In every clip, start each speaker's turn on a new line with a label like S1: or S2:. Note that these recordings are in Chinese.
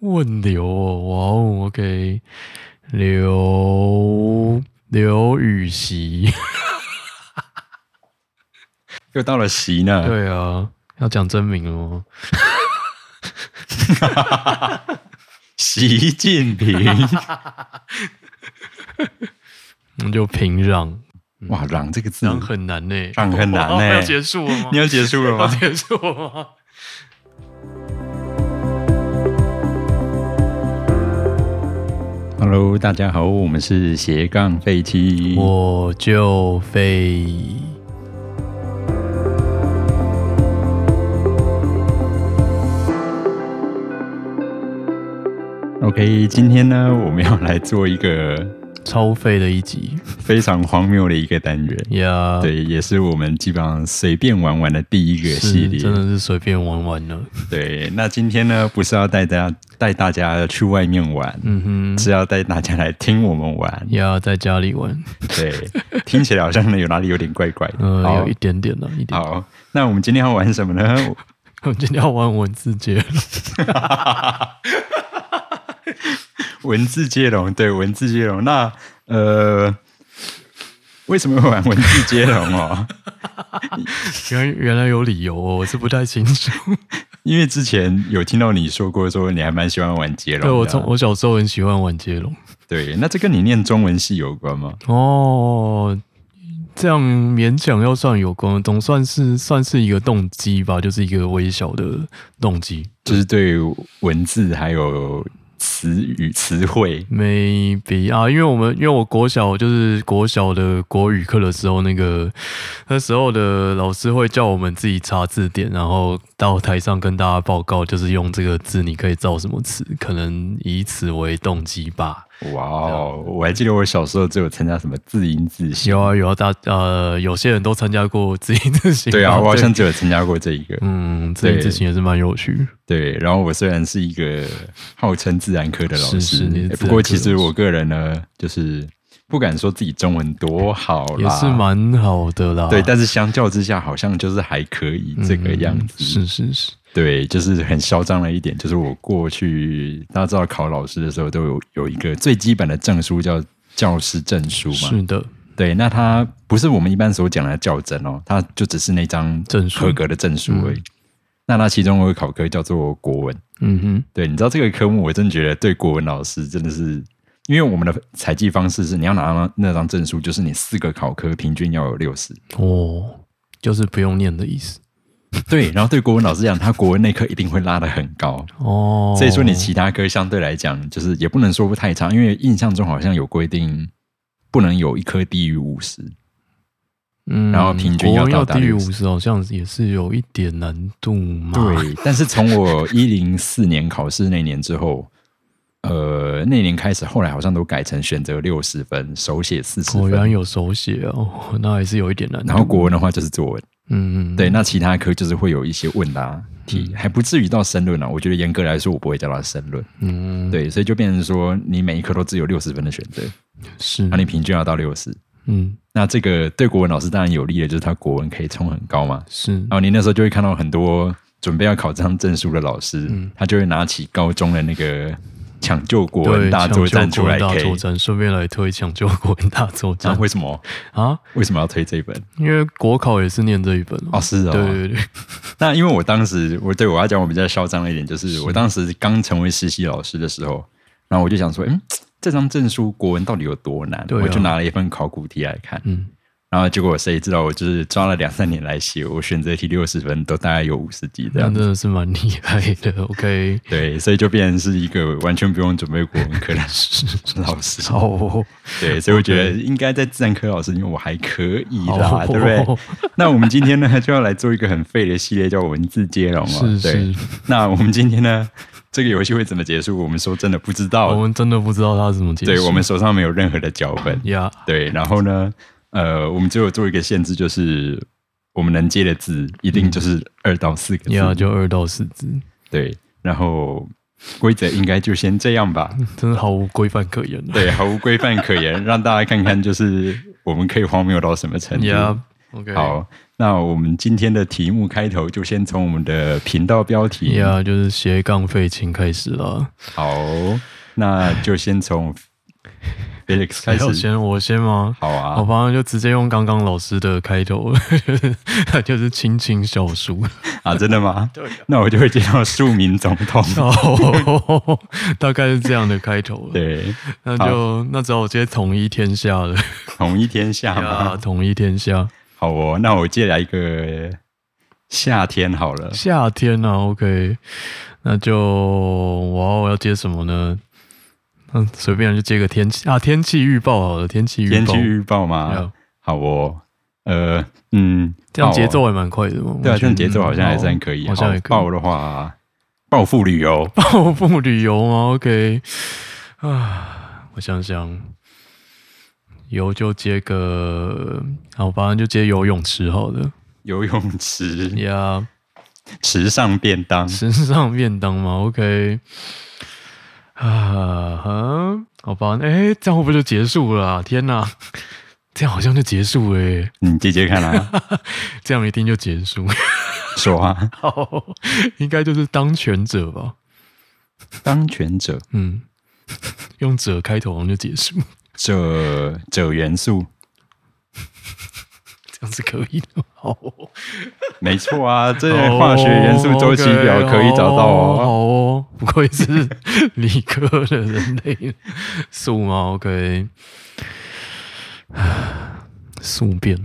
S1: 问刘哦，哇哦，OK，刘刘禹 锡，
S2: 又到了席呢。
S1: 对啊，要讲真名了吗？
S2: 习 近平，
S1: 那就平壤，
S2: 哇，让这个字，
S1: 壤很难呢、欸
S2: 让嗯 很难
S1: 哇
S2: 呢
S1: 要结束了吗？
S2: 你要结束了
S1: 要
S2: 吗？
S1: 结束了吗？
S2: Hello，大家好，我们是斜杠飞机。
S1: 我就飞。
S2: OK，今天呢，我们要来做一个
S1: 超废的一集
S2: 非常荒谬的一个单元，
S1: 呀
S2: 对，也是我们基本上随便玩玩的第一个系
S1: 是
S2: 列。
S1: 真的是随便玩玩了。
S2: 对，那今天呢，不是要带大家带大家去外面玩，
S1: 嗯哼，
S2: 是要带大家来听我们 玩。
S1: 呀，在家里玩，
S2: 对，听起来好像有哪里有点怪怪的。
S1: 呃，
S2: 好
S1: 有一点点了，一点。
S2: 好，那我们今天要玩什么呢？
S1: 我们今天要玩文字节，
S2: 文字接龙，对，文字接龙。那呃，为什么会玩文字接龙哦？
S1: 原原来有理由哦，我是不太清楚。
S2: 因为之前有听到你说过，说你还蛮喜欢玩接龙的
S1: 对我从我小时候很喜欢玩接龙
S2: 对，那这跟你念中文系有关吗？
S1: 哦，这样勉强要算有关，总算是算是一个动机吧，就是一个微小的动机
S2: 就是对文字还有词语词汇，
S1: ，maybe 啊，因为我们因为我国小就是国小的国语课的时候，那个那时候的老师会叫我们自己查字典，然后到台上跟大家报告，就是用这个字你可以造什么词，可能以此为动机吧。
S2: 哇哦！我还记得我小时候只有参加什么字音字形，
S1: 有啊有啊，大呃，有些人都参加过自己自 行。
S2: 对啊，我好像只有参加过这一个。
S1: 嗯，自己
S2: 对
S1: 自行也是蛮有趣。
S2: 对，然后我虽然是一个号称自然科的老师，
S1: 是是你是自
S2: 诶
S1: 然
S2: 不过
S1: 科
S2: 其
S1: 老
S2: 实
S1: 师
S2: 我个人呢，就是不敢说自己中文多好啦，
S1: 也是蛮好的啦。
S2: 对，但是相较之下，好像就是还可以这个样子。
S1: 嗯是是是，
S2: 对，就是很嚣张的一点，就是我过去大家知道考老师的时候，都有有一个最基本的证书叫教师证书嘛。
S1: 是的，
S2: 对，那它不是我们一般所讲的教证哦，它就只是那张
S1: 证书
S2: 合格的证书而已。那它其中有一个考科叫做国文，
S1: 嗯
S2: 对，你知道这个科目，我真觉得对国文老师真的是，因为我们的采集方式是你要拿到那张证书，就是你四个考科平均要有 六十。
S1: 哼，哦，就是不用念的意思。
S2: 对，然后对国文老师讲，他国文那科一定会拉得很高，
S1: 哦，
S2: 所以说你其他科相对来讲，就是也不能说太差，因为印象中好像有规定。不能有一科低于五十，
S1: 嗯，
S2: 然后平均
S1: 国文
S2: 要
S1: 要
S2: 到达
S1: 低于五
S2: 60
S1: 十，好像也是有一点难度嘛。，
S2: 对。但是从我一零四年考试那年之后，呃，那年开始，后来好像都改成选择六十分，手写四十
S1: 哦，原来
S2: 分，
S1: 有手写哦， 那还是有一点难度。
S2: 然后国文的话就是作文。
S1: 嗯，嗯，嗯
S2: 对，那其他科就是会有一些问答题，还不至于到申论啊。我觉得严格来说，我不会叫它申论。
S1: 嗯，
S2: 对，所以就变成说，你每一科都只有六十分的选择，
S1: 是
S2: 那，你平均要到六十。
S1: 嗯，
S2: 那这个对国文老师当然有利的，就是他国文可以冲很高嘛。
S1: 是
S2: 然后你那时候就会看到很多准备要考这张证书的老师，
S1: 嗯
S2: 他就会拿起高中的那个抢救国文
S1: 对，
S2: 大
S1: 抢
S2: 作
S1: 救
S2: 战
S1: 国
S2: 出来
S1: 文大作
S2: K。
S1: 战，顺便来推抢救国文大作
S2: 那
S1: 战
S2: 为什么
S1: 啊，
S2: 为什么要推这一本？
S1: 因为国考也是念这一本
S2: 哦，是哦，
S1: 对对对，
S2: 那因为我当时，我对我要讲我比较嚣张一点，就是我当时刚成为实习老师的时候，然后我就想说，嗯，这张证书国文到底有多难？
S1: 对啊
S2: 我就拿了一份考古题来看，
S1: 嗯，
S2: 然后结果谁知道我就是抓了两三年来写，我选择题六十分都大概有五十几这
S1: 那
S2: 样
S1: 真
S2: 子。
S1: 的是蛮厉害的。OK，
S2: 对，所以就变成是一个完全不用准备国文科的老 师。
S1: 好哦，
S2: 对，所以我觉得应该在自然科老师里面我还可以啦，
S1: 好
S2: 对不对？那我们今天呢就要来做一个很废的系列，叫文字接龙哦。
S1: 是
S2: 对
S1: 是，
S2: 那我们今天呢，这个游戏会怎么结束？我们说真的不知
S1: 我
S2: 道，
S1: 们真的不知道他怎么解释。
S2: 对我们手上没有任何的脚本，
S1: 呀，
S2: 对，然后呢，呃，我们只有做一个限制，就是我们能接的字一
S1: 嗯
S2: 定就是二到四个
S1: 呀，
S2: 字，
S1: 就二到四字，
S2: 对，然后规则应该就先这 样吧，
S1: 真的毫无规范可言了。
S2: 对，毫无规范可言，让大家看看就是我们可以荒谬到什么程 度。
S1: 呀，OK，
S2: 好，那我们今天的题目开头就先从我们的频道标题
S1: 呀，就是斜杠废青开始了。
S2: 好，那就 先从 Felix
S1: 还哦
S2: 开
S1: 要
S2: 始。
S1: 先我先吗？
S2: 好啊，
S1: 好吧，就直接用刚刚老师的开头， 他就是亲亲小 叔。
S2: 啊，真 的吗？对、那我就会接到庶民总统。
S1: 哦，大概是这样的开头了。，
S2: 对，
S1: 那就那只好直接统一天下了。
S2: 统一天下 嘛。
S1: 呀，统一天下，
S2: 好哦，那我借来一个夏天好了。
S1: 夏天啊，OK，那就哇，我要接什么呢？嗯，随便就接个天气啊，天气预报好了，天气预报，
S2: 天气预报
S1: 呀
S2: 嘛，好哦。呃，嗯，
S1: 这样
S2: 报哦
S1: 节奏也蛮快的嘛。
S2: 对啊，
S1: 我觉得嗯
S2: 这样节奏好像还算可以。
S1: 好像也可以
S2: 好 报的话，报复旅游。
S1: 报复旅游吗？OK，啊，我想想，游就接个，好，反正就接游泳池好了。
S2: 游泳池、
S1: 呀、
S2: 池上便 当，
S1: 身上便当吗？OK，啊哈，好吧，哎、这样会不会就结束了啊、天哪，这样好像就结束了耶、
S2: 你接接看啊，
S1: 这样一定就结束。
S2: 说啊，
S1: 好，应该就是当权者吧？
S2: 当权者
S1: 嗯，用“者”开头好像就结束，
S2: 者者元素，
S1: 这样是可以的。好，
S2: 没错啊，这化学元素周期表
S1: 哦，OK，
S2: 可以找到
S1: 好
S2: 哦。
S1: 哦，不愧 是理科的人类素吗？OK，宿便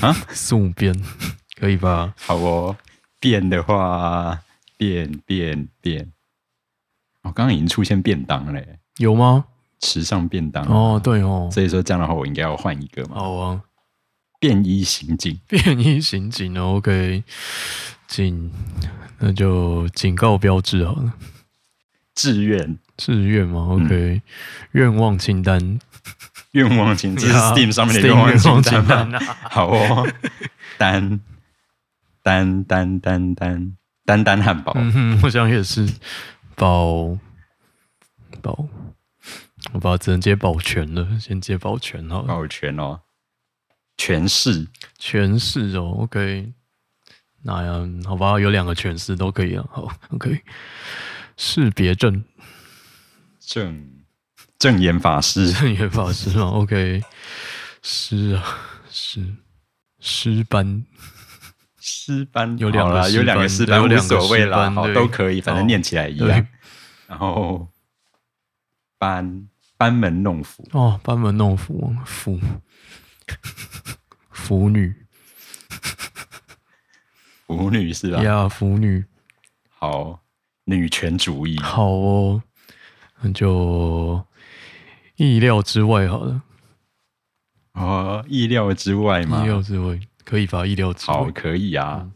S2: 啊，
S1: 宿便可以吧？
S2: 好哦，变的话，变变变。我、哦、刚刚已经出现便当嘞，
S1: 有吗？
S2: 池上便当。
S1: 哦，对哦，
S2: 所以说这样的话，我应该要换一个嘛，
S1: 好啊，
S2: 便衣刑警。
S1: 便衣刑警哦，OK，警，那就警告标志好了，
S2: 志愿
S1: 志愿吗？OK，、愿
S2: 嗯
S1: 望清 单，
S2: 愿望清单，这是
S1: 呀
S2: Steam 上面
S1: 啊
S2: 的
S1: Steam
S2: 愿望清
S1: 愿
S2: 单
S1: 望
S2: 吗
S1: 清？啊
S2: 好哦， 单单单单单单单汉堡，
S1: 嗯哼， 我想也是，保保，我把只能接保全了，先接保全好了，
S2: 保全哦，全市
S1: 全市哦，OK，那呀，好吧，有两个全市都可以啊，好，OK，识别证
S2: 正正言法师，
S1: 证言法师嘛，OK，师啊，师师班，
S2: 师班
S1: 有两个
S2: 好啦
S1: 师班
S2: 有两个师班
S1: 对有
S2: 无
S1: 两个
S2: 所谓
S1: 师
S2: 啦，
S1: 班
S2: 好
S1: 对
S2: 都可以，反正
S1: 好
S2: 念起来一样。然后班班门弄斧，
S1: 哦，班门弄斧， 腐腐女
S2: 腐女是啊吧？
S1: 呀，腐女。
S2: 好，女权主义，
S1: 好哦，那就意料之外好了，
S2: 哦，意料之外嘛
S1: 意，料之外可以吧？意料之
S2: 好，
S1: 外，
S2: 可以啊。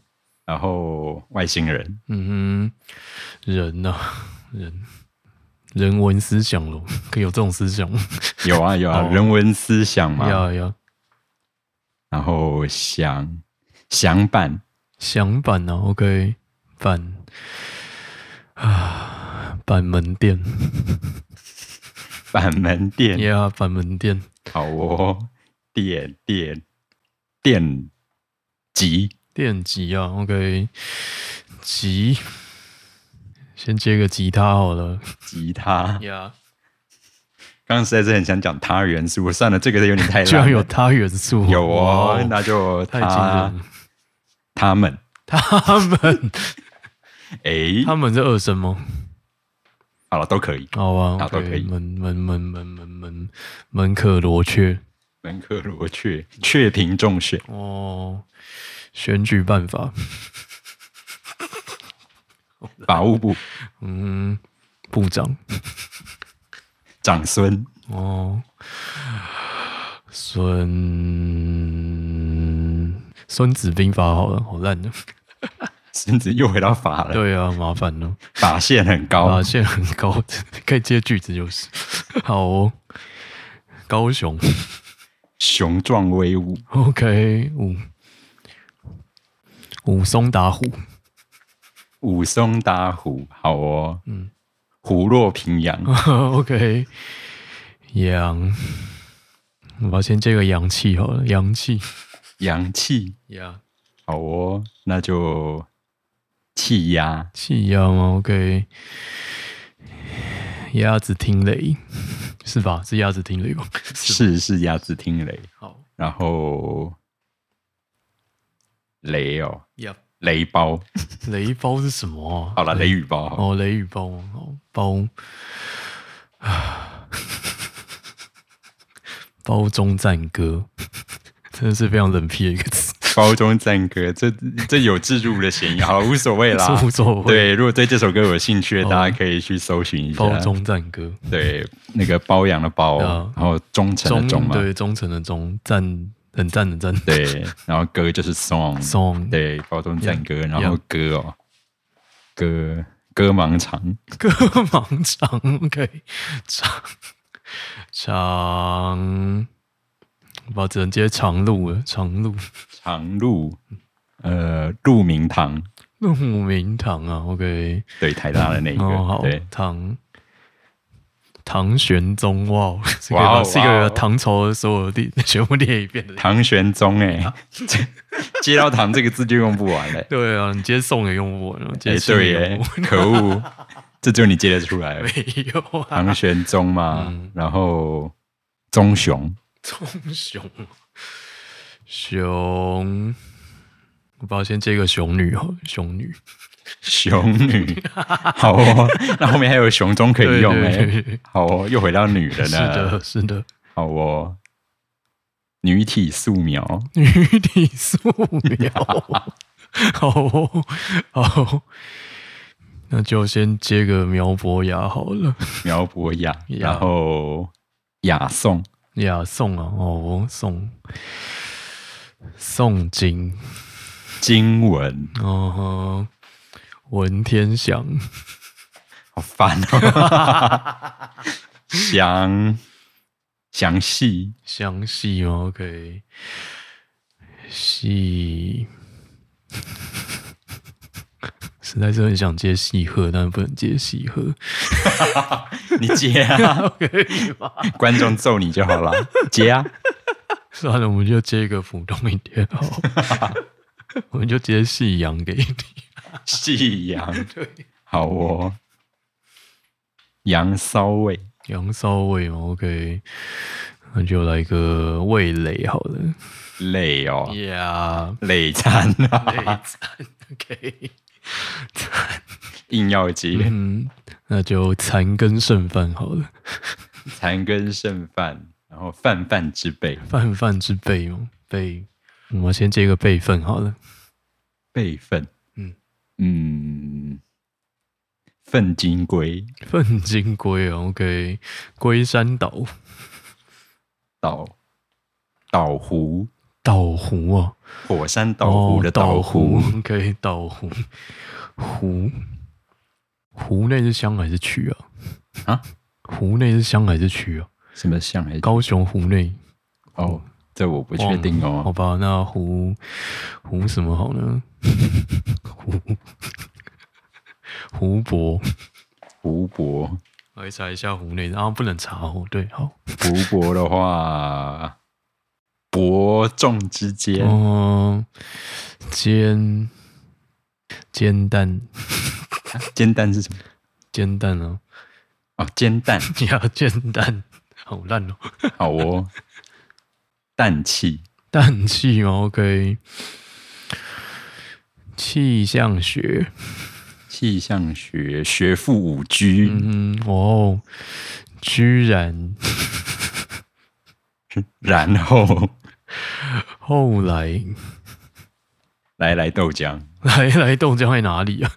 S2: 然后外 星人，
S1: 嗯哼，人呐、 人人文思想咯， 可以有这种思想吗？
S2: 有啊有啊，
S1: 好
S2: 人文思想嘛，
S1: 呀呀，
S2: 然后想想版
S1: 想板呢、啊、？OK，板啊，板门店
S2: 板门店，
S1: 呀，板门店
S2: 好哦，电电电极
S1: 电吉啊，OK，吉，先接个吉他好了
S2: 吉他，
S1: 呀。
S2: 刚刚实在是很想讲他元素，算了，这个有点太
S1: 居然
S2: 烂
S1: 有
S2: 了。
S1: 他元素，
S2: 哎有
S1: 哇
S2: 哦，那就
S1: 太惊人
S2: 他
S1: 了。
S2: 他们，
S1: 他 们
S2: 哎，
S1: 他们是二声吗？
S2: 好了，都可以。
S1: 好吧
S2: 啊都可
S1: ，OK，
S2: 以
S1: 门门门门门门门可罗雀
S2: 门克罗雀雀屏中选，
S1: 哦，选举办法，
S2: 法务部
S1: 嗯，部长
S2: 长孙，
S1: 哦，孙孙子兵法好了，好烂的，
S2: 孙子又回到法了，
S1: 对啊，啊麻烦了，
S2: 法线很高
S1: 发，现很高， 可以接句子就是，好哦，高雄。
S2: 雄壮威武，
S1: OK，武武松打虎，
S2: 武松打虎，好哦，嗯，虎落平 阳，
S1: OK，阳，我要先接个阳气好了，阳气
S2: 阳气
S1: 呀
S2: 好哦，那就气 压。
S1: 气压吗？OK，鸭子听雷是吧？是鸭子听雷吧？吧
S2: 是是鸭子听雷，
S1: 好
S2: 然后雷哦，
S1: ，Yep，
S2: 雷包，
S1: 雷包是什么啊？
S2: 好了，雷雨包好了，
S1: 哦，雷雨包吗，哦，包，啊 包中赞歌， 真的是非常冷僻的一个词，
S2: 包中赞歌，这这有置入的嫌疑，好无所谓 啦，
S1: 无所谓
S2: 啊对，如果对这首歌有兴趣的，
S1: 哦
S2: 大家可以去搜寻一下。
S1: 包中赞歌，
S2: 对，那个包养的包，
S1: 对啊
S2: 然后忠诚的忠嘛，
S1: 对忠诚的忠，赞很赞的赞
S2: 对，然后歌就是 song，
S1: ，song
S2: 对，包中赞歌，然后
S1: yeah
S2: 歌哦，歌歌盲肠，
S1: 歌盲肠，OK，长长，我只能接长路了，长路
S2: 长路，呃，鹿鸣堂，
S1: 鹿鸣堂啊，OK，
S2: 对，台大的那一个，
S1: 哦，好
S2: 对，，
S1: 唐唐玄宗哇， 这
S2: 哇
S1: 个
S2: 哦
S1: 是一
S2: 哇
S1: 个
S2: 哦
S1: 唐朝的所 有地全部列一遍的。
S2: 唐玄宗哎、
S1: 啊
S2: 接到“唐”这个字就用不完嘞、
S1: 对啊，你今天送也用不完，今
S2: 哎、
S1: 天送
S2: 对
S1: 也
S2: 耶
S1: 用不完，
S2: 可恶， 这只有你接得出 来。
S1: 没有啊，
S2: 唐玄宗嘛，
S1: 嗯
S2: 然后棕熊，
S1: 棕熊熊，我把我先接个熊女哦，熊女
S2: 熊女， 好哦，那后面还有熊中可以用哎、
S1: 对对对对
S2: 好哦，又回到女人
S1: 是
S2: 了，
S1: 的，是的，
S2: 好哦，女体素描，
S1: 女体素 描，好哦好，那就先接个苗博雅好了。
S2: 苗博雅，
S1: 雅
S2: 然后雅颂，
S1: 呀，宋啊，哦，宋，宋金，
S2: 经文，
S1: 哦，文天祥，
S2: 好烦哦， 详详细。
S1: 详细吗？OK，细， 实在是很想接细鹤，但不能接细鹤
S2: 你接啊，
S1: ，OK 吧？
S2: 观众揍你就好了，接啊，
S1: 算了，我们就接一个普通一点好 了，我们就接细羊给你。
S2: 夕阳，
S1: 对，
S2: 好哦，羊骚味，
S1: 羊骚味嘛，OK，那就来个味蕾好了。
S2: 累哦，
S1: Yeah，
S2: 累惨 啊，
S1: 餐 OK，
S2: 硬要接，
S1: 嗯，那就残羹剩饭好了，
S2: 残羹剩饭，然后泛泛之辈，
S1: 泛泛之辈嘛，辈，我们先接个辈分好了，
S2: 辈分，
S1: 嗯
S2: 嗯嗯，粪金龟
S1: 粪金龟哦 OK，龟山岛
S2: 岛岛湖，
S1: 岛湖啊，
S2: 火山岛湖的
S1: 哦岛
S2: 岛湖，
S1: ，OK，岛湖，湖，湖内是乡还是区啊？
S2: 啊，嗯
S1: 湖内是乡还是区啊？
S2: 什么像还是
S1: 高雄湖内，
S2: 哦，这我不确定
S1: 好
S2: 哦，
S1: 吧，那湖湖什么好呢？ 湖湖泊，
S2: 湖泊。
S1: 来查一下湖内，然、后不能查哦。对，好，
S2: 湖泊的话，伯仲之间，
S1: 嗯、煎煎蛋，
S2: 煎蛋是什么？
S1: 煎蛋啊，
S2: 哦，煎蛋，
S1: 要煎蛋，好烂哦。
S2: 好哦， 氮气，
S1: 氮气嘛，OK。气象学，
S2: 气象学学富五居，
S1: 嗯，哦，居然
S2: 然后
S1: 后来
S2: 来来豆浆，
S1: 来来豆浆在哪里啊？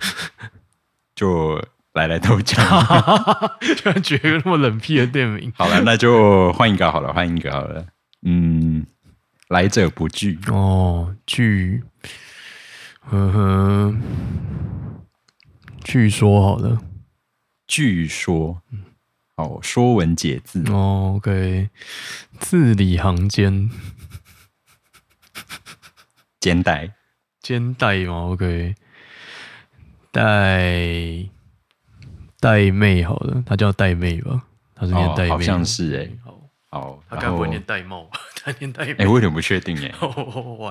S2: 就来来豆 浆。
S1: 居然取一个那么冷僻的店名。
S2: 好了，那就换一个好了，换一个好了。嗯，来者不拒，
S1: 哦，据，呵呵，据说好了。
S2: 据说，好，《说文解字》
S1: 哦，OK，字里行间，
S2: 肩带，
S1: 肩带嘛，OK，带带妹好了，她叫带妹吧，她是念
S2: 哦
S1: 带妹吗、
S2: 好像是欸
S1: 好，
S2: 好，
S1: 他该
S2: 然
S1: 不
S2: 后
S1: 会念戴帽吧？他念戴
S2: 哎、
S1: 帽。
S2: 我有点不确定哎。好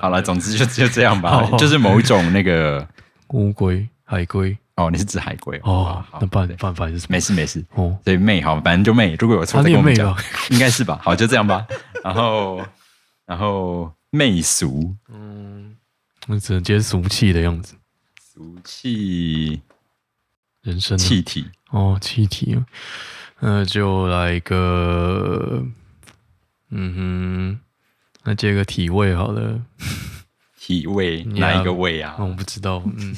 S1: 好
S2: 了，总之就就这 样吧
S1: 好，
S2: 就是某一种那个
S1: 乌龟、海龟
S2: 哦，你是指海龟
S1: 哦
S2: 好，
S1: 那办
S2: 对
S1: 办法是什么？
S2: 没事没事，
S1: 哦，
S2: 所以妹好，反正就妹，如果有错
S1: 他
S2: 再跟
S1: 念
S2: 我们
S1: 啊妹哦
S2: 讲
S1: 吧，，
S2: 应该是吧？好，就这样吧。然后然后媚俗
S1: 嗯，那只能接俗气的样子，
S2: 俗气
S1: 人生啊
S2: 气体，
S1: 哦，气体啊，那就来一个，嗯哼，那接个体位好了，
S2: 体味
S1: 嗯
S2: 哪一个味
S1: 那
S2: 啊？
S1: 我不知道，嗯，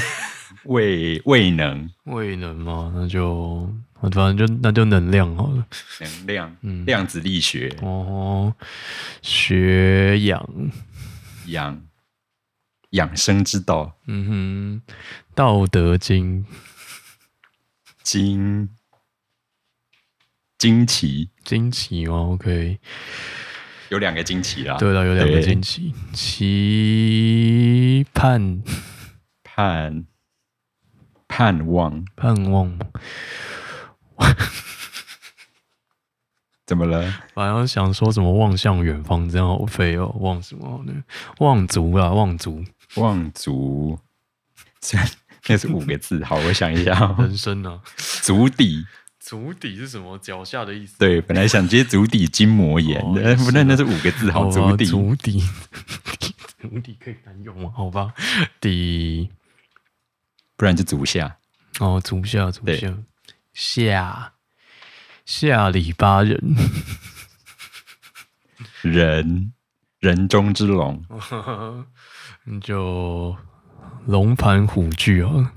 S2: 味味能
S1: 未能嘛，那就反正就那就能量好了，
S2: 能量
S1: 嗯，
S2: 量子力学
S1: 哦，学养，
S2: 养养生之道
S1: 嗯哼，道德经，
S2: 惊惊奇
S1: 惊奇吗？OK，
S2: 有两个惊奇啦，
S1: 对了，有两个
S2: 对
S1: 惊奇，期盼
S2: 盼盼望
S1: 盼望，
S2: 怎么了？
S1: 好像想说什么望向远方，这样好废哦，望什么呢？望族啦，望族，
S2: 望族 虽然那是五个字，好，我想一下、 哦，
S1: 人生啊，
S2: 足底。
S1: 足底是什么？脚下的意思。
S2: 对，本来想接足底筋膜炎
S1: 哦，
S2: 呃 不、
S1: 是
S2: 那
S1: 的
S2: 那是五哦个字，好，
S1: 吧
S2: 足底
S1: 足底， 足底可以难用吗？好吧，底
S2: 不然就足下。
S1: 哦，足下，足
S2: 对
S1: 下，下下里巴人，
S2: 人，人中之龙，
S1: 那就龙盘虎踞啊，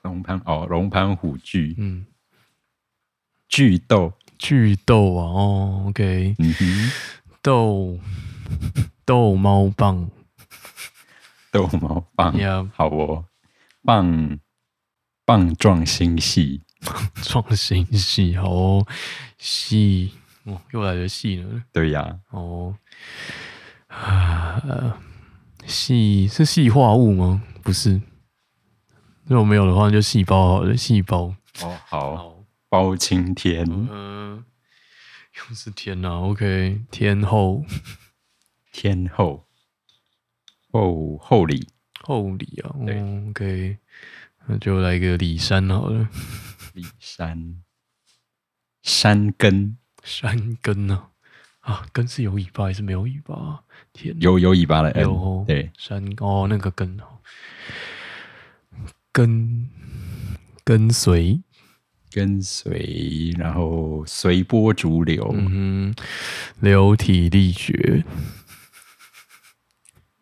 S2: 龙盘哦，龙盘虎踞，
S1: 嗯，
S2: 巨斗，
S1: 巨斗啊，哦，OK，
S2: 嗯哼，
S1: 斗斗猫棒，
S2: 斗毛棒，
S1: 呀，
S2: 好哦，棒棒状星系，
S1: 创新系好哦，系哦，又来了系了
S2: 对呀、
S1: 哦，啊，系是系化物吗？不是，如果没有的话，那就细胞好了，细胞
S2: 哦，好，
S1: 好，
S2: 包青天，
S1: 嗯，又是天呐、，OK，天后
S2: 天后，后后礼，
S1: 厚礼啊、
S2: 对
S1: 哦、，OK，那就来个李山好了，
S2: 礼山，山根，
S1: 山根呢、啊？啊，根是有尾巴还是没有尾巴啊？天哪
S2: 有有尾巴的
S1: 有
S2: N，
S1: 哦，
S2: 对，
S1: 山哦，那个跟哦，跟跟随，
S2: 跟随，然后随波逐流，
S1: 嗯哼，流体力学，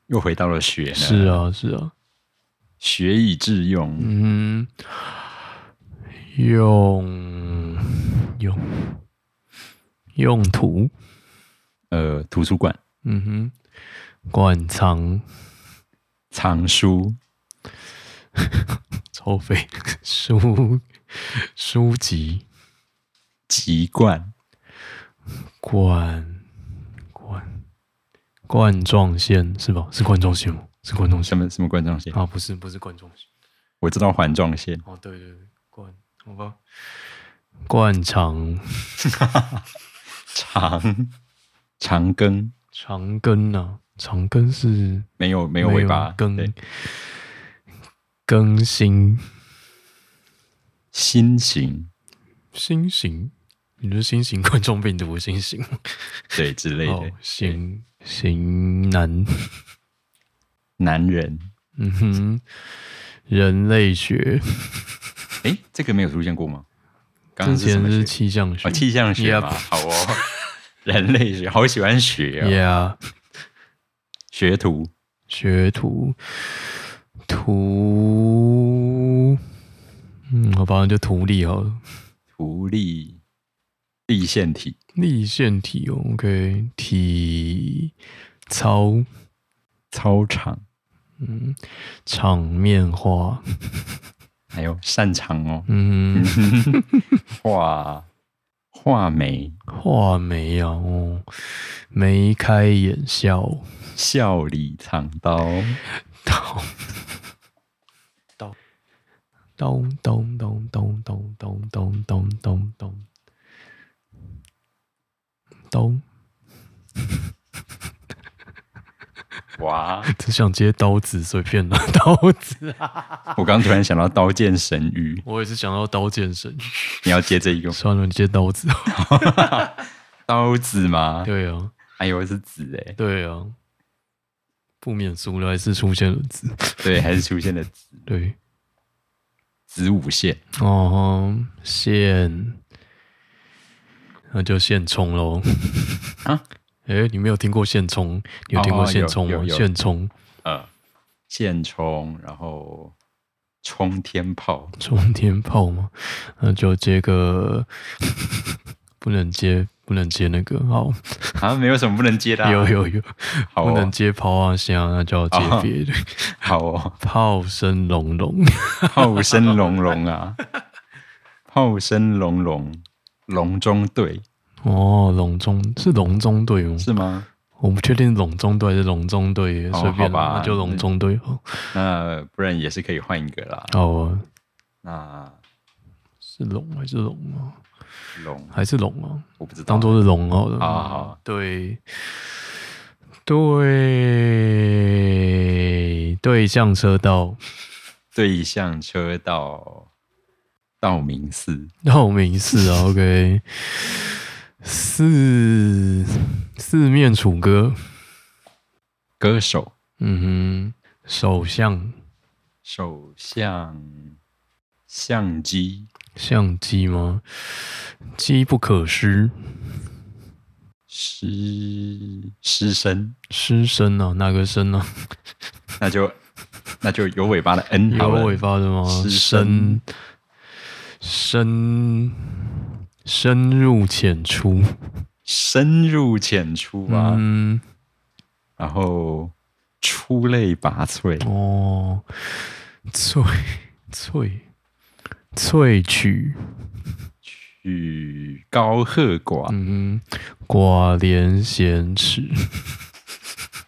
S2: 又回到了学呢，
S1: 是啊是啊，
S2: 学以致用，
S1: 嗯哼，用用用途，
S2: 呃，图书馆
S1: 嗯哼，馆藏
S2: 藏书，
S1: 超费书书籍
S2: 籍贯，
S1: 冠冠冠状线是吧？是冠状线吗？是冠状线
S2: 什么什么冠状线，
S1: 啊？不是，不是冠状线。
S2: 我知道环状线，
S1: 哦，对对对，冠好吧，灌肠
S2: 长长庚
S1: 长根啊，长根是啊
S2: 没有没有尾巴，对
S1: 更，更新
S2: 心形
S1: 新型，你说新型冠状病毒的新型吗？
S2: 对之类
S1: 哦
S2: 的，，
S1: 型型男，
S2: 男人，
S1: 嗯哼，人类学。
S2: 哎，这个没有出现过吗？刚
S1: 之
S2: 刚是什
S1: 前
S2: 么
S1: 是
S2: 学？
S1: 气象学
S2: 哦，气象学
S1: Yep
S2: 嘛，好哦， 人类学，好喜欢学哦，
S1: ，Yeah，
S2: 学徒，
S1: 学徒图，嗯，好吧，就图例好了，
S2: 图立立线体，
S1: 立线体哦，OK，体操，
S2: 操场，
S1: 嗯，场面化，
S2: 还有擅 长哦，
S1: 嗯，
S2: 画画眉，
S1: 画眉啊，哦，眉开眼笑，
S2: 笑里藏刀，
S1: 刀刀刀刀刀刀刀刀刀刀刀，刀，
S2: 哇！
S1: 只想接刀子，所以骗了刀子。
S2: 我刚突然想到《刀剑神域》，
S1: 我也是想到刀剑神，
S2: 你要接这一个吗
S1: 算了，你接刀子。
S2: 刀子吗？
S1: 对啊，
S2: 哎呦，是子哎，
S1: 对啊，不免俗来是出现了字。
S2: 对，还是出现了子
S1: 对，
S2: 子午线。
S1: 哦，现，那就现充喽。
S2: 啊？
S1: 哎，你没有听过现充？你有听过
S2: 哦
S1: 现
S2: 有
S1: 充吗
S2: 有？有
S1: 现充
S2: 呃，现充，然后冲天炮，
S1: 冲天炮吗？那就接个， 不能接，不能接那个。好，
S2: 啊，没有什么不能接的、啊，
S1: 有有有，
S2: 好
S1: 不能
S2: 哦，
S1: 接炮啊，行啊，那就要
S2: 哦
S1: 接别的。
S2: 好哦，
S1: 炮声隆 隆，
S2: 炮声隆隆啊，炮声隆隆，隆中对
S1: 哦，隆中是隆中队吗？
S2: 是吗？
S1: 我不确定是隆中队还是隆中队，
S2: 哦
S1: 随便
S2: 好吧
S1: 啦那就隆中队。好
S2: 那不然也是可以换一个啦。
S1: 好啊，
S2: 那
S1: 是龙还是龙啊？
S2: 龙
S1: 还是龙啊？
S2: 我不知道，
S1: 当做是龙好了。
S2: 好好好
S1: 对对对向车道
S2: 对向车道道明寺
S1: 道明寺啊，OK，四四面楚歌，
S2: 歌手
S1: 嗯哼，首相
S2: 首相相机
S1: 相机吗？机不可失，
S2: 师师生，
S1: 失身啊，哪个身啊？
S2: 那就那就有尾巴 的 N 好
S1: 有
S2: 了
S1: 尾巴的吗？
S2: 失
S1: 深深深入浅出
S2: 深入浅出啊，
S1: 嗯，
S2: 然后出类拔萃，
S1: 哦，萃萃萃取，
S2: 与高鹤寡，
S1: 嗯哼，寡廉鲜耻，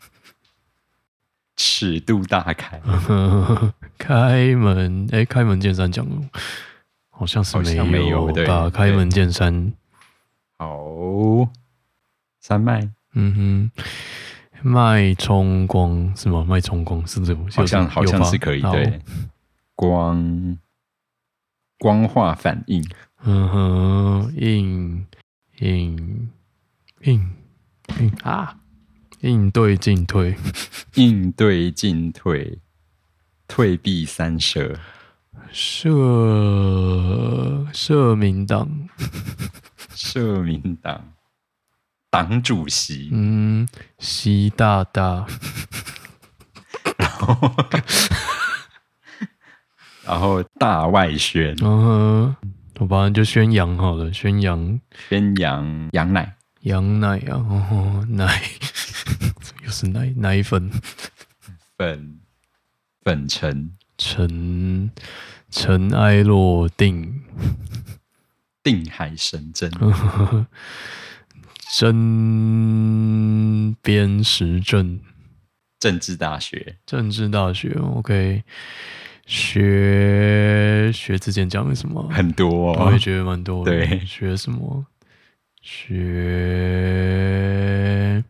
S2: 尺度大开，
S1: 嗯开门哎，开门见山讲了，好像是
S2: 好像没有对
S1: 吧？
S2: 对
S1: 开门见山，
S2: 好，山脉
S1: 嗯哼。脉冲光是吗？脉冲光是这个，
S2: 好像好像
S1: 有吧
S2: 是可以
S1: 好
S2: 对，光光化反应，
S1: 嗯哼，应应应应啊，应对进退，
S2: 应对进退，退避三舍，
S1: 社社民党，
S2: 社民党党主席，
S1: 嗯，习大大，
S2: 然后大外宣
S1: 嗯哼，我把就宣扬好了，宣扬
S2: 宣扬羊奶。
S1: 羊奶啊，哦、奶， 又是奶奶粉，
S2: 粉粉尘
S1: 尘尘埃落定，
S2: 定海神针，
S1: 嗯针砭时政。
S2: 政治大学
S1: 政治大学，OK，学学之前讲了什么？
S2: 很多、
S1: 我
S2: 哦
S1: 也，觉得蛮多的。
S2: 对
S1: 学什么？学，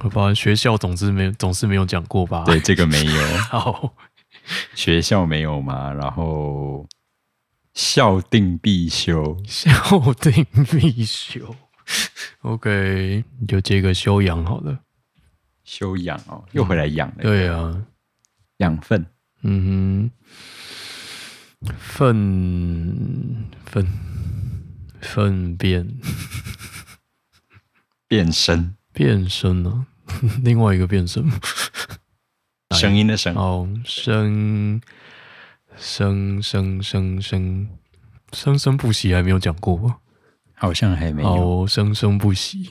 S1: 我发现学校总之没有总是没有讲过吧？
S2: 对，这个没 有，
S1: 好，
S2: 学校没有嘛，然后校定必修，
S1: 校定必修。OK，你就接个修养好了。
S2: 修养哦，又回来养了，
S1: 嗯对啊，
S2: 养分
S1: 嗯哼，粪粪粪便。
S2: 变身，
S1: 变身呢、 另外一个变身吗
S2: 声音的声，
S1: 哦，生生生生生生生不息还没有讲过吧？
S2: 好像还没有，
S1: 哦，生生不息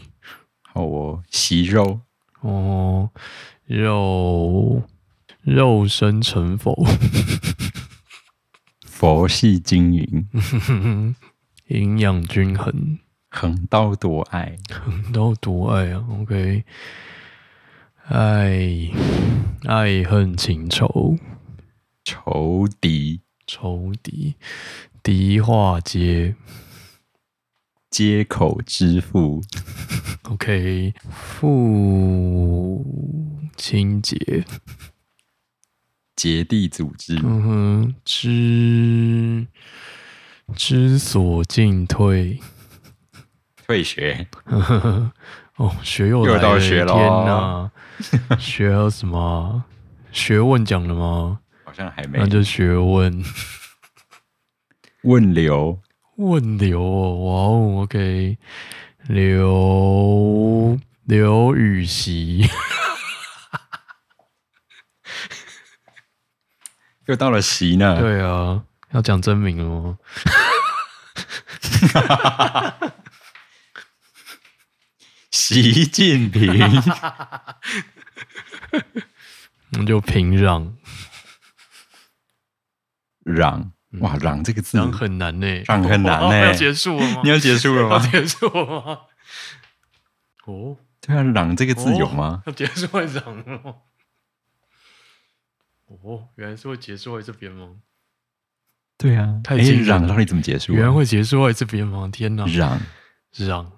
S2: 好哦，息肉，
S1: 哦，肉肉身成佛，
S2: 佛系经营，
S1: 嗯营养均衡，
S2: 横刀夺爱，
S1: 都独爱啊。OK，爱爱恨情仇，
S2: 仇敌
S1: 仇敌敌化街，
S2: 接口支付，
S1: OK，父亲节，
S2: 结缔组织，
S1: 嗯哼，知知所进退，
S2: 退学，
S1: 哦，学又来
S2: 又
S1: 了，
S2: 到学哦咯
S1: 天哪， 学还有什么啊？学问讲了吗？
S2: 好像还没
S1: 那就学问，
S2: 问流，
S1: 问流哦，哇哦，OK，刘刘禹 锡，
S2: 又到了席呢。
S1: 对啊，要讲真名了吗？
S2: 习近 平，
S1: 那就平壤，
S2: 嚷，哇，嚷这个字，
S1: 然后嗯很难呢、
S2: 嚷很难
S1: 哦
S2: 呢
S1: 要结束了吗？
S2: 你要结束了
S1: 要
S2: 吗？
S1: 结束了吗？哦，
S2: 对啊，嚷这个字有吗？
S1: 要结束会长了吗？哦，原来是会结束在这边吗？
S2: 对啊，
S1: 太
S2: 哎
S1: 惊人
S2: 嚷
S1: 了
S2: 到底怎么结束啊？
S1: 原来会结束在这边吗？天哪！
S2: 嚷
S1: 让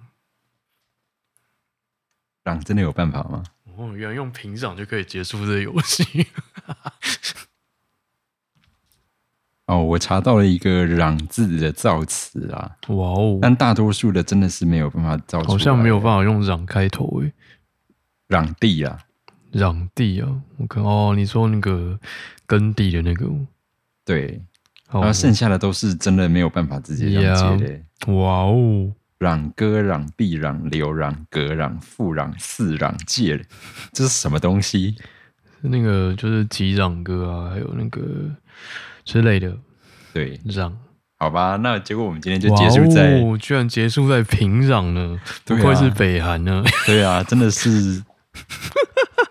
S2: 嚷真的有办法吗？
S1: 哦，原来用平壤就可以结束这个游戏。
S2: 哦，我查到了一个“嚷”字的造词啊，
S1: 哇哦，
S2: 但大多数的真的是没有办法造出来，
S1: 好像没有办法用壤开头诶。
S2: 嚷地啊，
S1: 壤地啊，我看哦，你说那个耕地的那个，
S2: 对，
S1: 哦
S2: 然后剩下的都啊是真的没有办法自己让接的，
S1: 哇哦，
S2: 嚷哥、嚷弟、嚷流、嚷格、嚷父、嚷四、嚷界，这是什么东西？
S1: 那个就是击壤歌啊，还有那个之类的
S2: 对，
S1: 壤。
S2: 好吧，那结果我们今天就结束在，
S1: 哇哦、居然结束在平壤呢，不
S2: 对啊
S1: 愧是北韩呢、
S2: 对啊，真的是，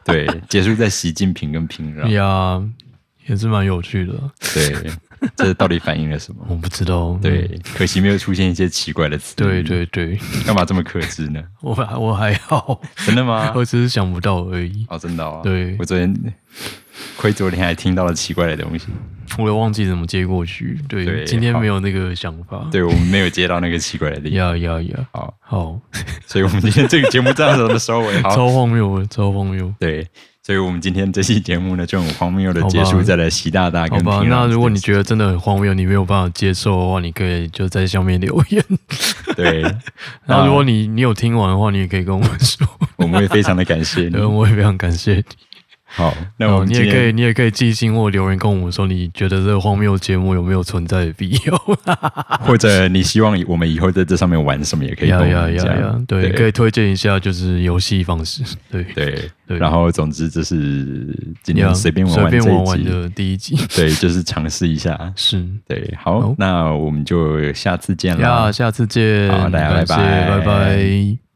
S2: 对，结束在习近平跟平壤，
S1: 呀，也是蛮有趣的啊、
S2: 对，这到底反映了什么？
S1: 我不知道。嗯，
S2: 对，可惜没有出现一些奇怪的词，
S1: 对，对对，
S2: 干嘛这么克制呢？
S1: 我还我还好，
S2: 真的吗？
S1: 我只是想不到而已，
S2: 哦，真的哦。
S1: 对
S2: 我昨天，亏昨天还听到了奇怪的东西。
S1: 我也忘记怎么接过去。对，
S2: 对
S1: 今天
S2: 好
S1: 没有那个想法。
S2: 对我们没有接到那个奇怪的地
S1: 呀呀呀，
S2: 方，好，
S1: 好，
S2: 所以我们今天这个节目这样子的收尾，好，
S1: 超荒谬的，超荒谬。
S2: 对，所以我们今天这期节目呢就很荒谬的结
S1: 好
S2: 束
S1: 吧
S2: 在了习大大
S1: 好
S2: 跟
S1: 吧，
S2: 平壤
S1: 那如果你
S2: 啊这件
S1: 觉得真的很荒谬，你没有办法接受的话，你可以就在下面留 言。
S2: 事对，
S1: 然
S2: 那
S1: 后如果你你有听完的话，你也可以跟我们说，
S2: 我们会非常的感谢 你
S1: 对，。我也非常感谢你。
S2: 好，那我
S1: 哦，
S2: 们
S1: 你
S2: 今
S1: 也可
S2: 天
S1: 以，你也可以寄信或留言跟我们说，你觉得这个荒谬节目有没有存在的必要？
S2: 或者你希望我们以后在这上面玩什么也可以跟 我们讲，
S1: 对，可以推荐一下就是游戏方式，对
S2: 对。
S1: 对
S2: 然后总之这是今
S1: 呀
S2: 天随便玩
S1: 随
S2: 玩这
S1: 便玩
S2: 一
S1: 玩
S2: 集，
S1: 的第一集
S2: 对，就是尝试一下。
S1: 是
S2: 对，好，
S1: 好
S2: 那我们就下次见
S1: 呀，
S2: 啦。
S1: 下次见，
S2: 好大家
S1: 感谢
S2: 拜拜
S1: 拜拜。